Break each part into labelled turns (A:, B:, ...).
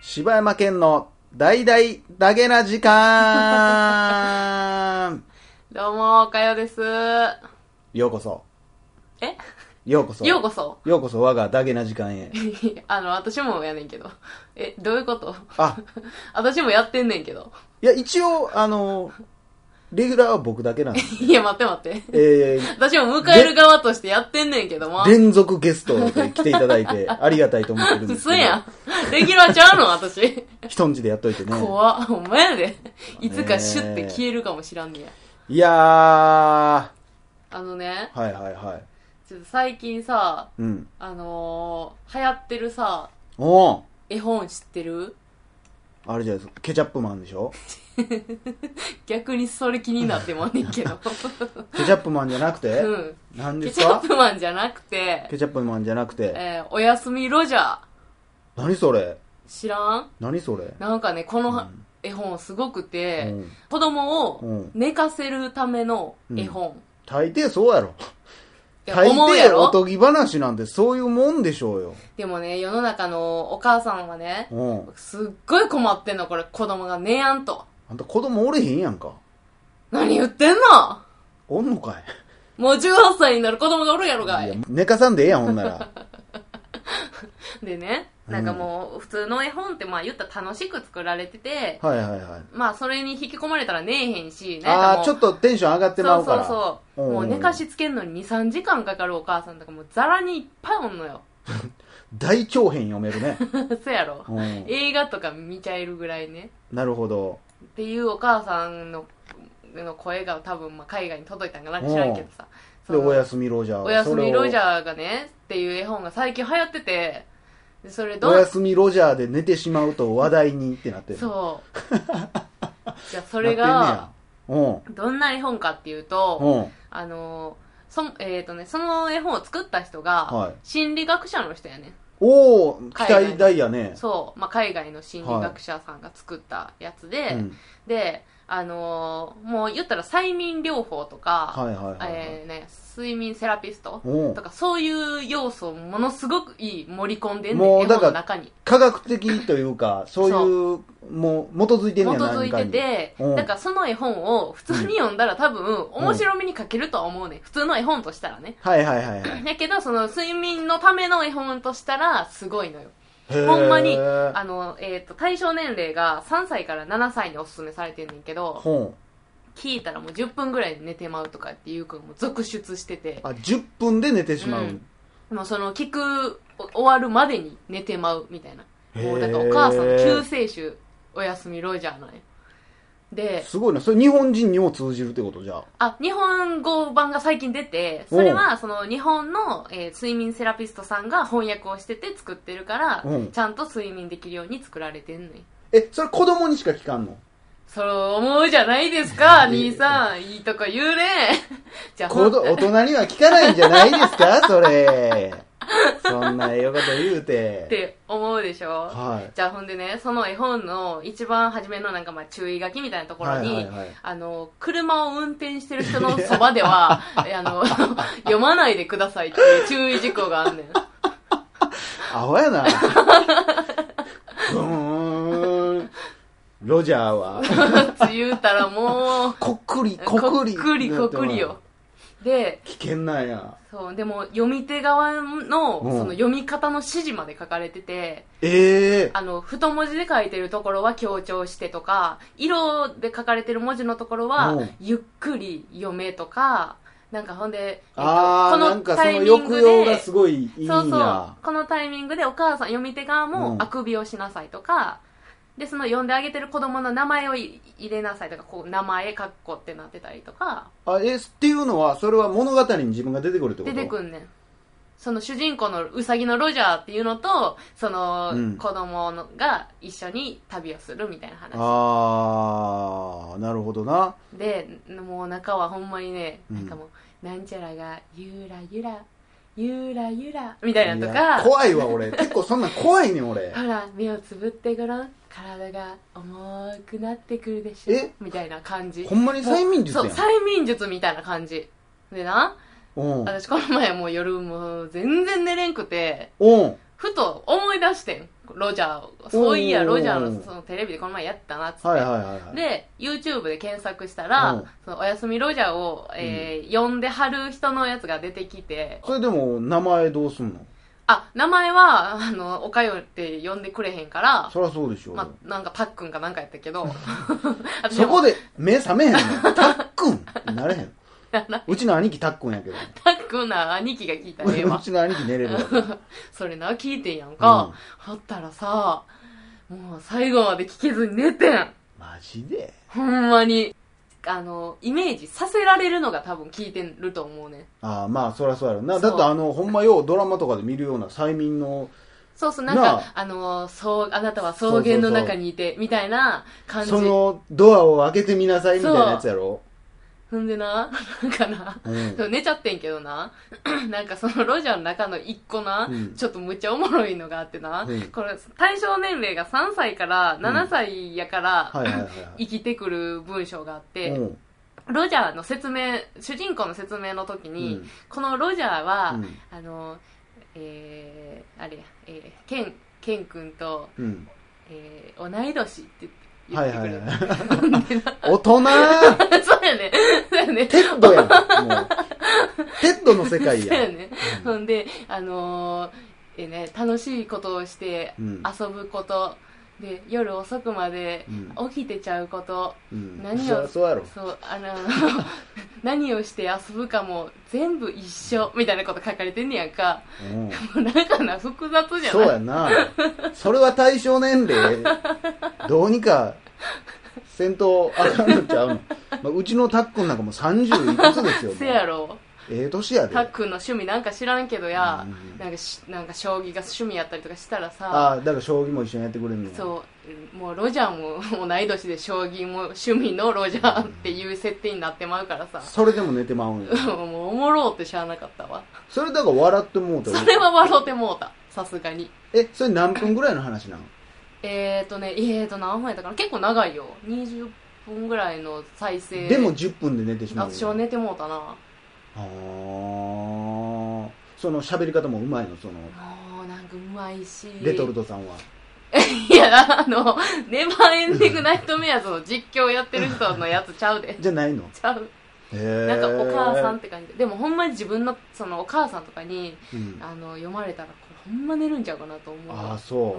A: 柴山県の大々だげな時 間
B: どうも、おかよです。
A: ようこそ。
B: え
A: ようこそ。
B: ようこそ。
A: ようこそ我がだげな時間へ。
B: あの、私もやねんけど。え、どういうこと
A: あ、
B: 私もやってんねんけど。
A: いや、一応、あの、レギュラーは僕だけ なんです。
B: いや、待って待って。
A: え
B: 私も迎える側としてやってんねんけども
A: ー、。連続ゲストで来ていただいて、ありがたいと思ってるんですけど。
B: 嘘やん。レギュラーちゃうの 私。
A: 人んちでやっといてね。
B: 怖っ。ほんまやで。いつかシュって消えるかもしらんねや。
A: いやー、は
B: あのね
A: い、はいはい。
B: ちょっと最近さ、
A: うん。
B: あのー、流行ってるさ、
A: おー
B: 絵本知ってる
A: あれじゃないですか、ケチャップマンでし ょ
B: 逆にそれ気になってもんね んけど。
A: ケチャップマンじゃなくて、
B: うん。
A: 何で
B: ケ
A: す
B: チャ
A: か
B: ップマンじゃなくて、
A: ケチャップマンじゃなくて、
B: えーおやすみロジャー。
A: 何それ
B: 知らん
A: 何それ
B: なんかね、こ
A: う
B: の
A: ん
B: 絵本すごくて、
A: うん
B: 子供
A: う
B: を
A: ん
B: 寝かせるための絵本。
A: 大抵そうやろ。
B: いや
A: 大
B: 思うや
A: 抵お
B: ろ
A: とぎ話なんてそういうもんでしょうよ。
B: でもね、世の中のお母さんはね、
A: うん。
B: すっごい困ってんの、これ、子供が寝やんと。
A: あんた子供おれへんやんか。
B: 何言ってんの
A: おんのかい。
B: もう18歳になる子供がおるやろが
A: いや
B: い。、
A: 寝かさんでええやん、ほんな ら。
B: でね、なんかもう、普通の絵本って、まあ言ったら楽しく作られてて、
A: はいはいはい。
B: まあそれに引き込まれたら寝えへんし、なんか
A: あ
B: も
A: あ、
B: う
A: ちょっとテンション上がってま
B: そう
A: うか
B: そう
A: ら。
B: そう。
A: うん
B: もう寝かしつけんのに2、3時間かかるお母さんとかもうザラにいっぱいおんのよ。
A: 大長編読めるね。
B: そうやろ。
A: うん。
B: 映画とか見ちゃえるぐらいね。
A: なるほど。
B: っていうお母さんのの声が多分まあ海外に届いたんかな知らんけどさ。
A: で、
B: その
A: おやすみロジャー。
B: おやすみロジ
A: ー。
B: ャーがね、っていう絵本が最近流行ってて、でそれど
A: お
B: う
A: やすみロジャーで寝てしまうと話題にってなってる。
B: そう。じゃあそ
A: そ
B: れが、
A: うん。
B: どんな絵本かっていうと、
A: うん。
B: あのー、そんえっ、とね、その絵本を作った人が、
A: はい
B: 心理学者の人やね。
A: おお期
B: 海外
A: 待大やね。
B: そう、まあ、海外の心理学者さんが作ったやつで、
A: うん。
B: で、あのーもう言ったら催眠療法とか、
A: はいはいはいはい。
B: えーね、睡眠セラピスト
A: おう
B: とか、そういう要素をものすごくいい盛り込んでんねん、
A: もう
B: 絵本
A: だ
B: の
A: か
B: 中に。
A: 科学的というか、そういう、もう、基づいて
B: 基
A: んねや
B: づいてて、
A: 何かにうん
B: だからその絵本を普通に読んだら多分面白みに書けるとは思うねん。普通の絵本としたらね。
A: はいはいはいはい。
B: だけど、その睡眠のための絵本としたらすごいのよ。
A: へー
B: ほんまにあの、えっ、と、対象年齢が3歳から7歳におすすめされてんねんけど、
A: ほん。
B: 聞いたらもう10分ぐらいで寝てまうとかっていう子も続出してて、
A: あ、10分で寝てしまう。
B: うんもうその聞くお終わるまでに寝てまうみたいな。
A: へー
B: もうだからお母さんの救世主、おやすみロジャーなんや。で、
A: すごいな。それ日本人にも通じるってことじゃあ。
B: あ、日本語版が最近出て、それはその日本の、えー睡眠セラピストさんが翻訳をしてて作ってるから、
A: うん
B: ちゃんと睡眠できるように作られてんねん。
A: え、それ子供にしか聞かんの
B: そう思うじゃないですか、
A: いえいえ
B: 兄さん。いいとこ言うね。 じゃあ、ほ
A: 子
B: ん
A: ど大人には聞かないんじゃないです かそれ。そんなええこと言うて。
B: って思うでしょ
A: はい。
B: じゃあほんでね、その絵本の一番初めのなんかまあ注意書きみたいなところに、
A: はいはいはい
B: あの、車を運転してる人のそば では、えあの、 読まないでくださいっていう注意事項があんねん。
A: アホやな。うーん。ロジャーは。
B: って言うたらもう、
A: こっくり、こっくり。
B: こっくりこっくりよ。。で、
A: 危険なんや。
B: そう、でも読み手側の、
A: うん
B: その読み方の指示まで書かれてて、
A: ええ
B: あの、太文字で書いてるところは強調してとか、色で書かれてる文字のところは
A: うん、
B: ゆっくり読めとか、なんかほんで、えっと
A: ああ、なんかその抑揚がすごいいいんや。
B: そうそう、このタイミングでお母さん、読み手側も
A: うん
B: あくびをしなさいとか、で、その読んであげてる子供の名前をい入れなさいとか、こう、名前、かっこってなってたりとか、
A: あえっていうのはそれは物語に自分が出てくるってこと
B: 出てく
A: る
B: んねん。その主人公のウサギのロジャーっていうのと、その
A: うん
B: 子供のが一緒に旅をするみたいな話。
A: ああなるほどな
B: でもう中はほんまにね、
A: うん
B: なんかもうなんちゃらがゆらゆらゆらゆらみたいなのと
A: いや
B: か
A: 怖いわ俺 結構そんなん怖いねん 俺
B: ほら目をつぶってごらん体が重くなってくるでしょ
A: え
B: みたいな感じ
A: ほんまに催眠術
B: そう
A: やん
B: 催眠術みたいな感じでな
A: うん
B: 私この前もう夜もう全然寝れんくて
A: うん
B: ふと思い出してんロジャーをそういや
A: おー
B: ロジャーのそのテレビでこの前やったなっつって、
A: はいはいはいはい。
B: で YouTube で検索したら、
A: うん
B: そのおやすみロジャーを、えー呼んではる人のやつが出てきて
A: それでも、名前どうすんの
B: あ名前はあのおかよって呼んでくれへんから
A: そりゃそうでしょうよ
B: まあ、なんかたっくんかなんかやった けど私
A: そこで目覚めへん の。たっくんってなれへん。うちの兄貴たっくんやけど。
B: たっくんな兄貴が聞いたら ええわ
A: うちの兄貴寝れる わ。
B: それな聞いてんやんか、ほったらさもう最後まで聞けずに寝てん
A: マジで
B: ほんまにあのイメージさせられるのが多分聞いてると思うね
A: ああ、まあ、そりゃそうやろな。
B: そ
A: だ
B: う
A: ってあの、ほんまようドラマとかで見るような催眠の、
B: そうそうなんか
A: な
B: あのそうあなたは草原の中にいてみたいな感じ
A: そのドアを開けてみなさいみたいなやつやろ。
B: ほんでな なんかな
A: うん
B: そう寝ちゃってんけどな なんかそのロジャーの中の一個な、
A: うん
B: ちょっとむっちゃおもろいのがあってな、
A: うん
B: これ対象年齢が3歳から7歳やから、
A: はいはいはいはい。
B: 生きてくる文章があって、
A: うん
B: ロジャーの説明主人公の説明の時
A: う
B: に、
A: ん
B: このロジャーは、
A: うん
B: あのえー、あれや、えー、ケンケン君と、
A: うん。
B: えー、同い年って言
A: は
B: っ
A: い
B: てく
A: は
B: れ
A: い
B: る、
A: はい。大人ー
B: そうやねそうやね
A: テッドやん。もう。テッドの世界
B: そう
A: や
B: や
A: ん。
B: ね。ほんで、あのーえね、楽しいことをして
A: うん
B: 遊ぶこと、で、夜遅くまで
A: う
B: 起きてちゃうこと、
A: うん
B: 何
A: そ
B: を
A: りゃそうやろ。
B: そう、あのー 何をして遊ぶかも全部一緒、みたいなこと書かれてんねやんか。
A: うん
B: もうなんかな、複雑じゃ
A: そう
B: な
A: や
B: い
A: な。それは対象年齢、どうにか、戦闘あかんのちゃうの。まあ、うちのたっくんなんかもう30いくつですよ。もう
B: せやろ。
A: ええ年やで。
B: たっくんの趣味なんか知らんけどや、
A: うん
B: なんかし、なんか将棋が趣味やったりとかしたらさ、
A: ああ、だから将棋も一緒にやってくれるの。
B: そうもうロジャーも同い年で将棋も趣味のロジャーっていう設定になってまうか らさ
A: それでも寝てまうんや。
B: もうおもろうってしゃあなかったわ
A: それだから笑ってもうて
B: それは笑うてもうたさすがに
A: え、それ何分ぐらいの話なの
B: えーとねえーと何分やったかな結構長いよ20分ぐらいの再生
A: でも10分で寝てしまう。
B: 私は。寝てもうたな
A: ああ。その喋り方もうまいの、その、
B: もうなんかうまいし
A: レトルトさんは。
B: いやあのネバーエンディングナイトメアズの実況やってる人のやつちゃうで
A: じゃないの
B: ちゃう
A: へえ。
B: なんかお母さんって感じででもほんまに自分のそのお母さんとかに
A: うん。
B: あの読まれたらこれほんま寝るんちゃうかなと思う
A: ああ、そう。
B: うん、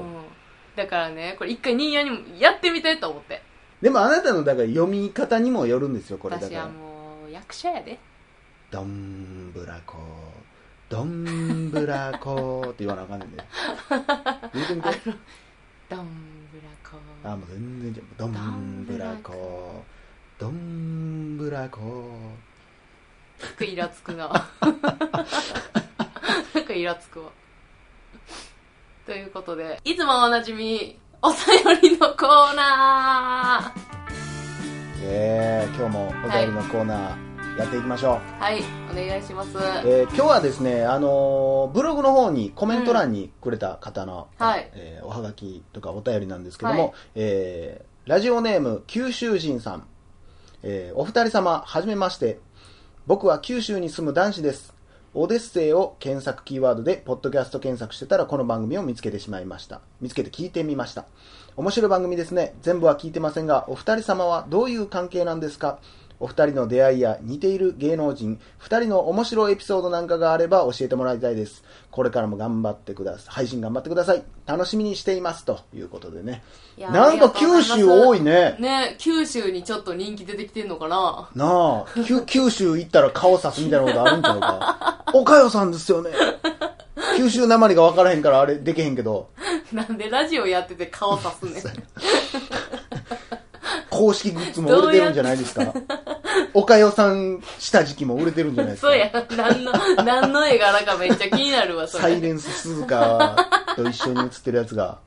B: だからねこれ一回ニーヤにもやってみたいと思って
A: でもあなたのだから読み方にもよるんですよこれだか
B: 私は
A: ら
B: もう役者やで
A: 「どんぶらこどんぶらこ」って言わなあかんねんで言うてみて
B: あのどんぶらこ
A: あもう全然じゃんどんぶらこどんぶらこ
B: なんかイラつくな なんかイラつくわということでいつもおなじみお便りのコーナ
A: えー、今日もお便りのコーナーやっていきましょう、
B: ーはいお願いします
A: えー今日はですね、あのーブログの方にコメント欄にくれた方の、
B: うんはい
A: えーおはがきとかお便りなんですけども、
B: はい
A: えーラジオネーム九州人さん、えーお二人様はじめまして僕は九州に住む男子ですオデッセイを検索キーワードでポッドキャスト検索してたらこの番組を見つけてしまいました見つけて聞いてみました面白い番組ですね全部は聞いてませんがお二人様はどういう関係なんですかお二人の出会いや似ている芸能人二人の面白いエピソードなんかがあれば教えてもらいたいですこれからも頑張ってください配信頑張ってください楽しみにしていますということでね
B: いや
A: なんか九州多いね
B: ね九州にちょっと人気出てきてんのかな
A: なあ、九九州行ったら顔さすみたいなことあるんちゃう か。おかよさんですよね。九州なまりが分からへんからあれできへんけど、
B: なんでラジオやってて顔さすねん
A: 公式グッズも売れてるんじゃないですか。おかよさんした時期も売れてるんじゃないですか
B: そう。や、何の、何の絵柄かめっちゃ気になるわ、そ
A: サイ
B: れ。
A: レンス鈴鹿と一緒に写ってるやつが、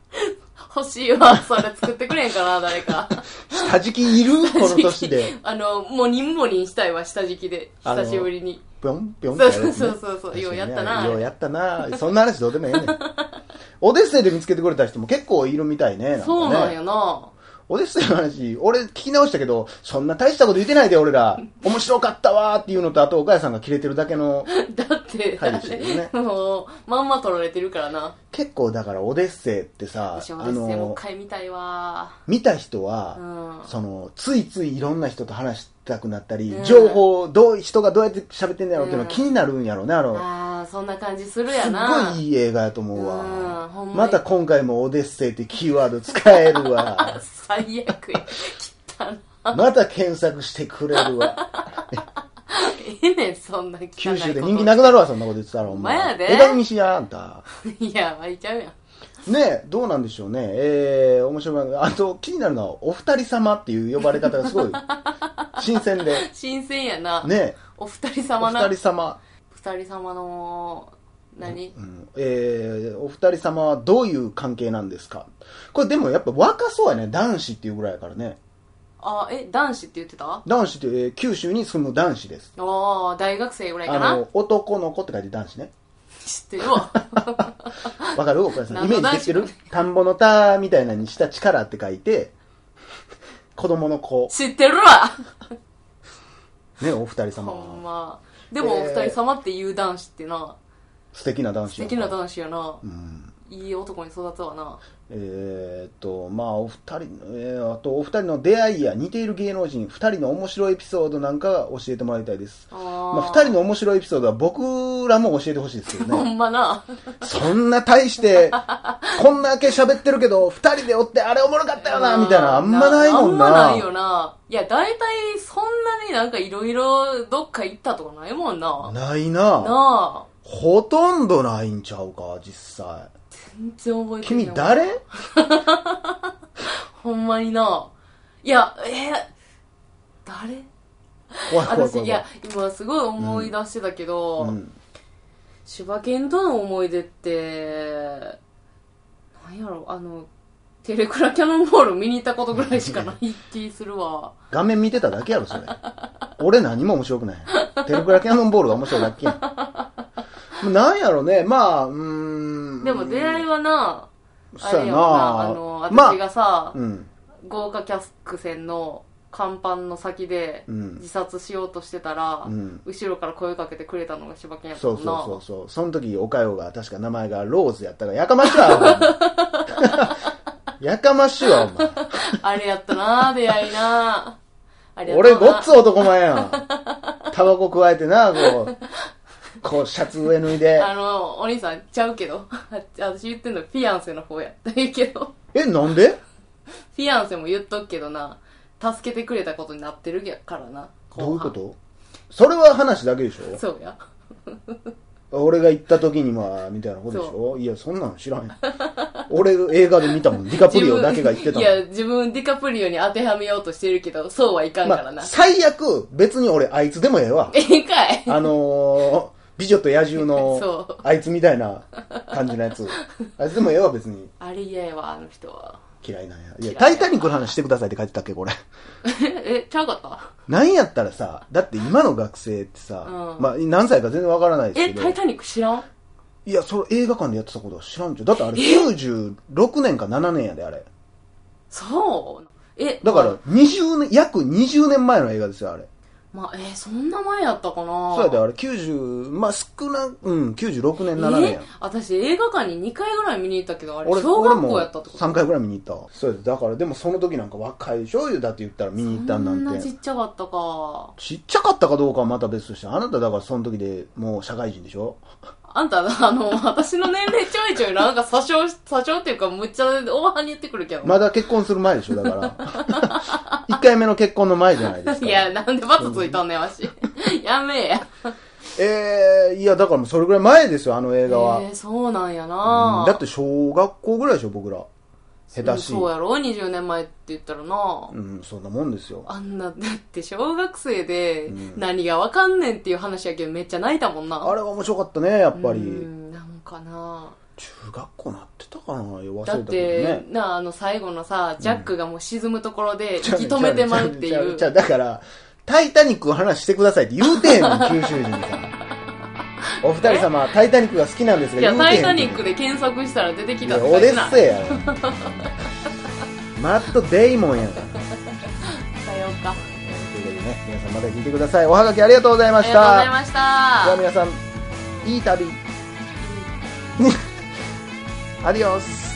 B: 欲しいわ、それ作ってくれんかな、誰か。
A: 下敷きいる この年 で。
B: あの、もにんもにんしたいわ、下敷きで。
A: あの
B: 久しぶりに。
A: ぴょんぴょんってやるやつね
B: そうそうそうそうようやったな
A: 確かにねようやったな。そんな話どうでもええねん。オデッセイで見つけてくれた人も結構いるみたいね。なんかね
B: そうなんやな。
A: オデッセイの話、俺聞き直したけど、そんな大したこと言ってないで、俺ら。面白かったわーっていうのと、あと、岡谷さんがキレてるだけの、
B: だって、
A: 会議してるよね
B: もう、まんま取られてるからな。
A: 結構だから、オデッセイってさ、
B: 私、オデ
A: あ
B: ッセイもう
A: の
B: 一、回見たいわ。
A: 見た人
B: う
A: は、
B: ん。
A: その、ついついいろんな人と話したくなったり、
B: うん
A: 情報、どう、人がどうやって喋ってんだろうっていうのは
B: うん
A: 気になるんやろうね、あの、
B: ああ、そんな感じするや
A: すっ
B: な。
A: ごいいい映画やと思う
B: うん
A: わ
B: ほんま。に
A: また今回もオデッセイってキーワード使えるわ
B: あ。最悪や。
A: また検索してくれるわ。
B: ええねん、そんな汚いこと
A: 九州で人気なくなるわ、そんなこと言ってたら、お
B: ほんま
A: 前
B: や。で
A: 枝にしや、あんた。
B: いや、湧いちゃうやん。
A: ねえ、どうなんでしょうね。えー、面白い。あと、気になるのは、お二人様っていう呼ばれ方がす ごい、新鮮で。
B: 新鮮やな。
A: ねえ、
B: お二人
A: お
B: 様な。
A: 二
B: お
A: 人
B: 二
A: 様。
B: 人様の、何
A: うん、えー、お二人様はどういう関係なんですかこれでもやっぱ若そうやね。男子っていうぐらいやからね。
B: あ、え、男子って言ってたあ
A: 男子って、えー九州に住む男子です。
B: あ、大学生ぐらい
A: あ
B: かな
A: の、男の子って書いて男子ね。
B: 知ってるわ。
A: わかる岡田さん。イ
B: 何
A: メ
B: の
A: ージできてる
B: 男子
A: 田んぼの田みたいなのにした力って書い て、子供の子。
B: 知ってるわ。
A: ね、お二人様
B: ほ
A: は
B: ん。ま。でも、お
A: えー
B: 二人様っていう男子ってな、
A: 素敵な男子
B: 素敵な男子やな。
A: うん
B: いい男に育つわな。
A: えーっとまあお二人、えーあとお二人の出会いや似ている芸能人二人の面白いエピソードなんかは教えてもらいたいです
B: あ
A: まあ、
B: ー
A: 二人の面白いエピソードは僕らも教えてほしいですけど
B: ほ
A: ね
B: んまな。
A: そんな大してこんだけ喋ってるけど二人でおってあれおもろかったよなみたいなあんまないもんな
B: あんまないよな。いや、大体そんなになんかいろいろどっか行ったとかないもんな。な
A: ないな
B: あ。
A: ほとんどないんちゃうか実際
B: 全然覚えてない。
A: 君誰
B: ほんまにな。いや、えー誰
A: 怖い怖い怖い
B: 私、
A: 怖い
B: いや、今すごい思い出してたけ
A: う
B: ど、
A: ん、
B: 柴犬との思い出って、なんやろ、あの、テレクラキャノンボール見に行ったことぐらいしかない気するわ。
A: 画面見てただけやろ、それ。俺何も面白くない。テレクラキャノンボールが面白いだけやん。なんやろね、まあ、うーん。
B: でも出会いはな、あ
A: そうや
B: れや
A: な
B: ろな、あの、
A: ま
B: 私
A: あ、
B: がさ、
A: うん。
B: 豪華キャスク船の甲板の先で
A: うん
B: 自殺しようとしてたら、
A: うん
B: 後ろから声かけてくれたのが柴犬やった
A: そう
B: も
A: んそ
B: な
A: うそうそう。その時、おかよが、確か名前がローズやったから、やかましいわ、お前やかましいわ、お
B: あれやったな出会いなあれ
A: 前。
B: やった
A: 俺、ご
B: な
A: っつ男前やん。タバコ加えてな、こう、こう、シャツ上脱いで。
B: あのお兄さんちゃうけど 私言ってんのフィアンセの方やったけど
A: え、なんで
B: フィアンセも言っとくけどな助けてくれたことになってるからな後半
A: どういうことそれは話だけでしょ
B: そうや
A: 俺が行った時にはみたいなことでしょいやそんなの知らんよ俺映画で見たもんディカプリオだけが言ってた
B: い
A: も
B: や
A: ん
B: 自分ディカプリオに当てはめようとしてるけどそうはいかんから
A: ま
B: な、
A: あ、最悪別に俺あいつでもええわ
B: ええんかい
A: あのー美女と野獣
B: そ
A: の
B: う
A: あいつみたいな感じのやつあいつでもええわ別に
B: あれ嫌やわあの人は
A: 嫌いなんやいや
B: 嫌
A: 「
B: い
A: タイタニック」の話してくださいって書いてたっけこれ
B: えちゃうかった
A: なんやったらさだって今の学生ってさ、
B: うん
A: まあ、何歳か全然わからないです
B: え、
A: けど
B: タイタニック知らん
A: いやそれ映画館でやってたことは知らんじゃんだってあれ96年か7年やであれ
B: そう。え、
A: だから、、20年、約20年前の映画ですよ、あれ。
B: まあ、えーそんな前やったかな
A: そうやで、あれ、90、まあ、少な、うん、96年、7年
B: え
A: や。
B: 私映画館に2回ぐらい見に行ったけど、あれ、
A: 俺、
B: 小
A: 俺
B: 学
A: も
B: 校やったってこと
A: 3回ぐらい見に行った。そうやで、だから、でもその時なんか若いでしょだって言ったら見に行ったん
B: そん
A: な
B: なんち
A: て。
B: っちゃかったか。
A: ちっちゃかったかどうかはまた別として、あなただからその時でもう社会人でしょ
B: あんた、あの、私の年齢ちょいちょいなんか詐称、詐称っていうか、むっちゃ大半に言ってくるけど。
A: まだ結婚する前でしょだ から。1回目の結婚の前じゃないですか。
B: いや、なんで罰ついたんねん、わし。 やめえや。
A: えー、いや、だからもうそれぐらい前ですよ、あの映
B: え
A: 画は。
B: ー、そうなんや
A: う
B: なん
A: だって小学校ぐらいでしょ、僕ら。下手しい。
B: そうやろ ?20 年前って言ったらな。
A: うん、そんなもんですよ。
B: あんな、だって小学生で
A: うん
B: 何がわかんねんっていう話やけどめっちゃ泣いたもんな。
A: あれは面白かったね、やっぱ
B: う
A: り。
B: ん、なんかな。
A: 中学校なってたかな忘れ
B: だった
A: けど
B: て、
A: ね。
B: なあ、あの最後のさ、ジャックがもう沈むところで
A: ちゃ
B: 引き止めてまうって
A: ちゃ
B: いう
A: ちゃ。だから、タイタニックの話してくださいって言う てへんの、九州人さん。お二人様、タイタニックが好きなんですが、
B: いや、
A: 言うて
B: タ
A: へん
B: イタニックで検索したら出てき
A: い
B: た
A: や
B: とか
A: オ
B: 言っ
A: デ
B: て
A: ッ
B: ない。
A: セイやろ。マット・デイモンやんから
B: さようか
A: ということでね皆さんまた聞いてくださいおはがきありがとうござい
B: あ
A: ま
B: り
A: し
B: がとうござ
A: た
B: い
A: では
B: ました
A: 皆さんいい旅アディオス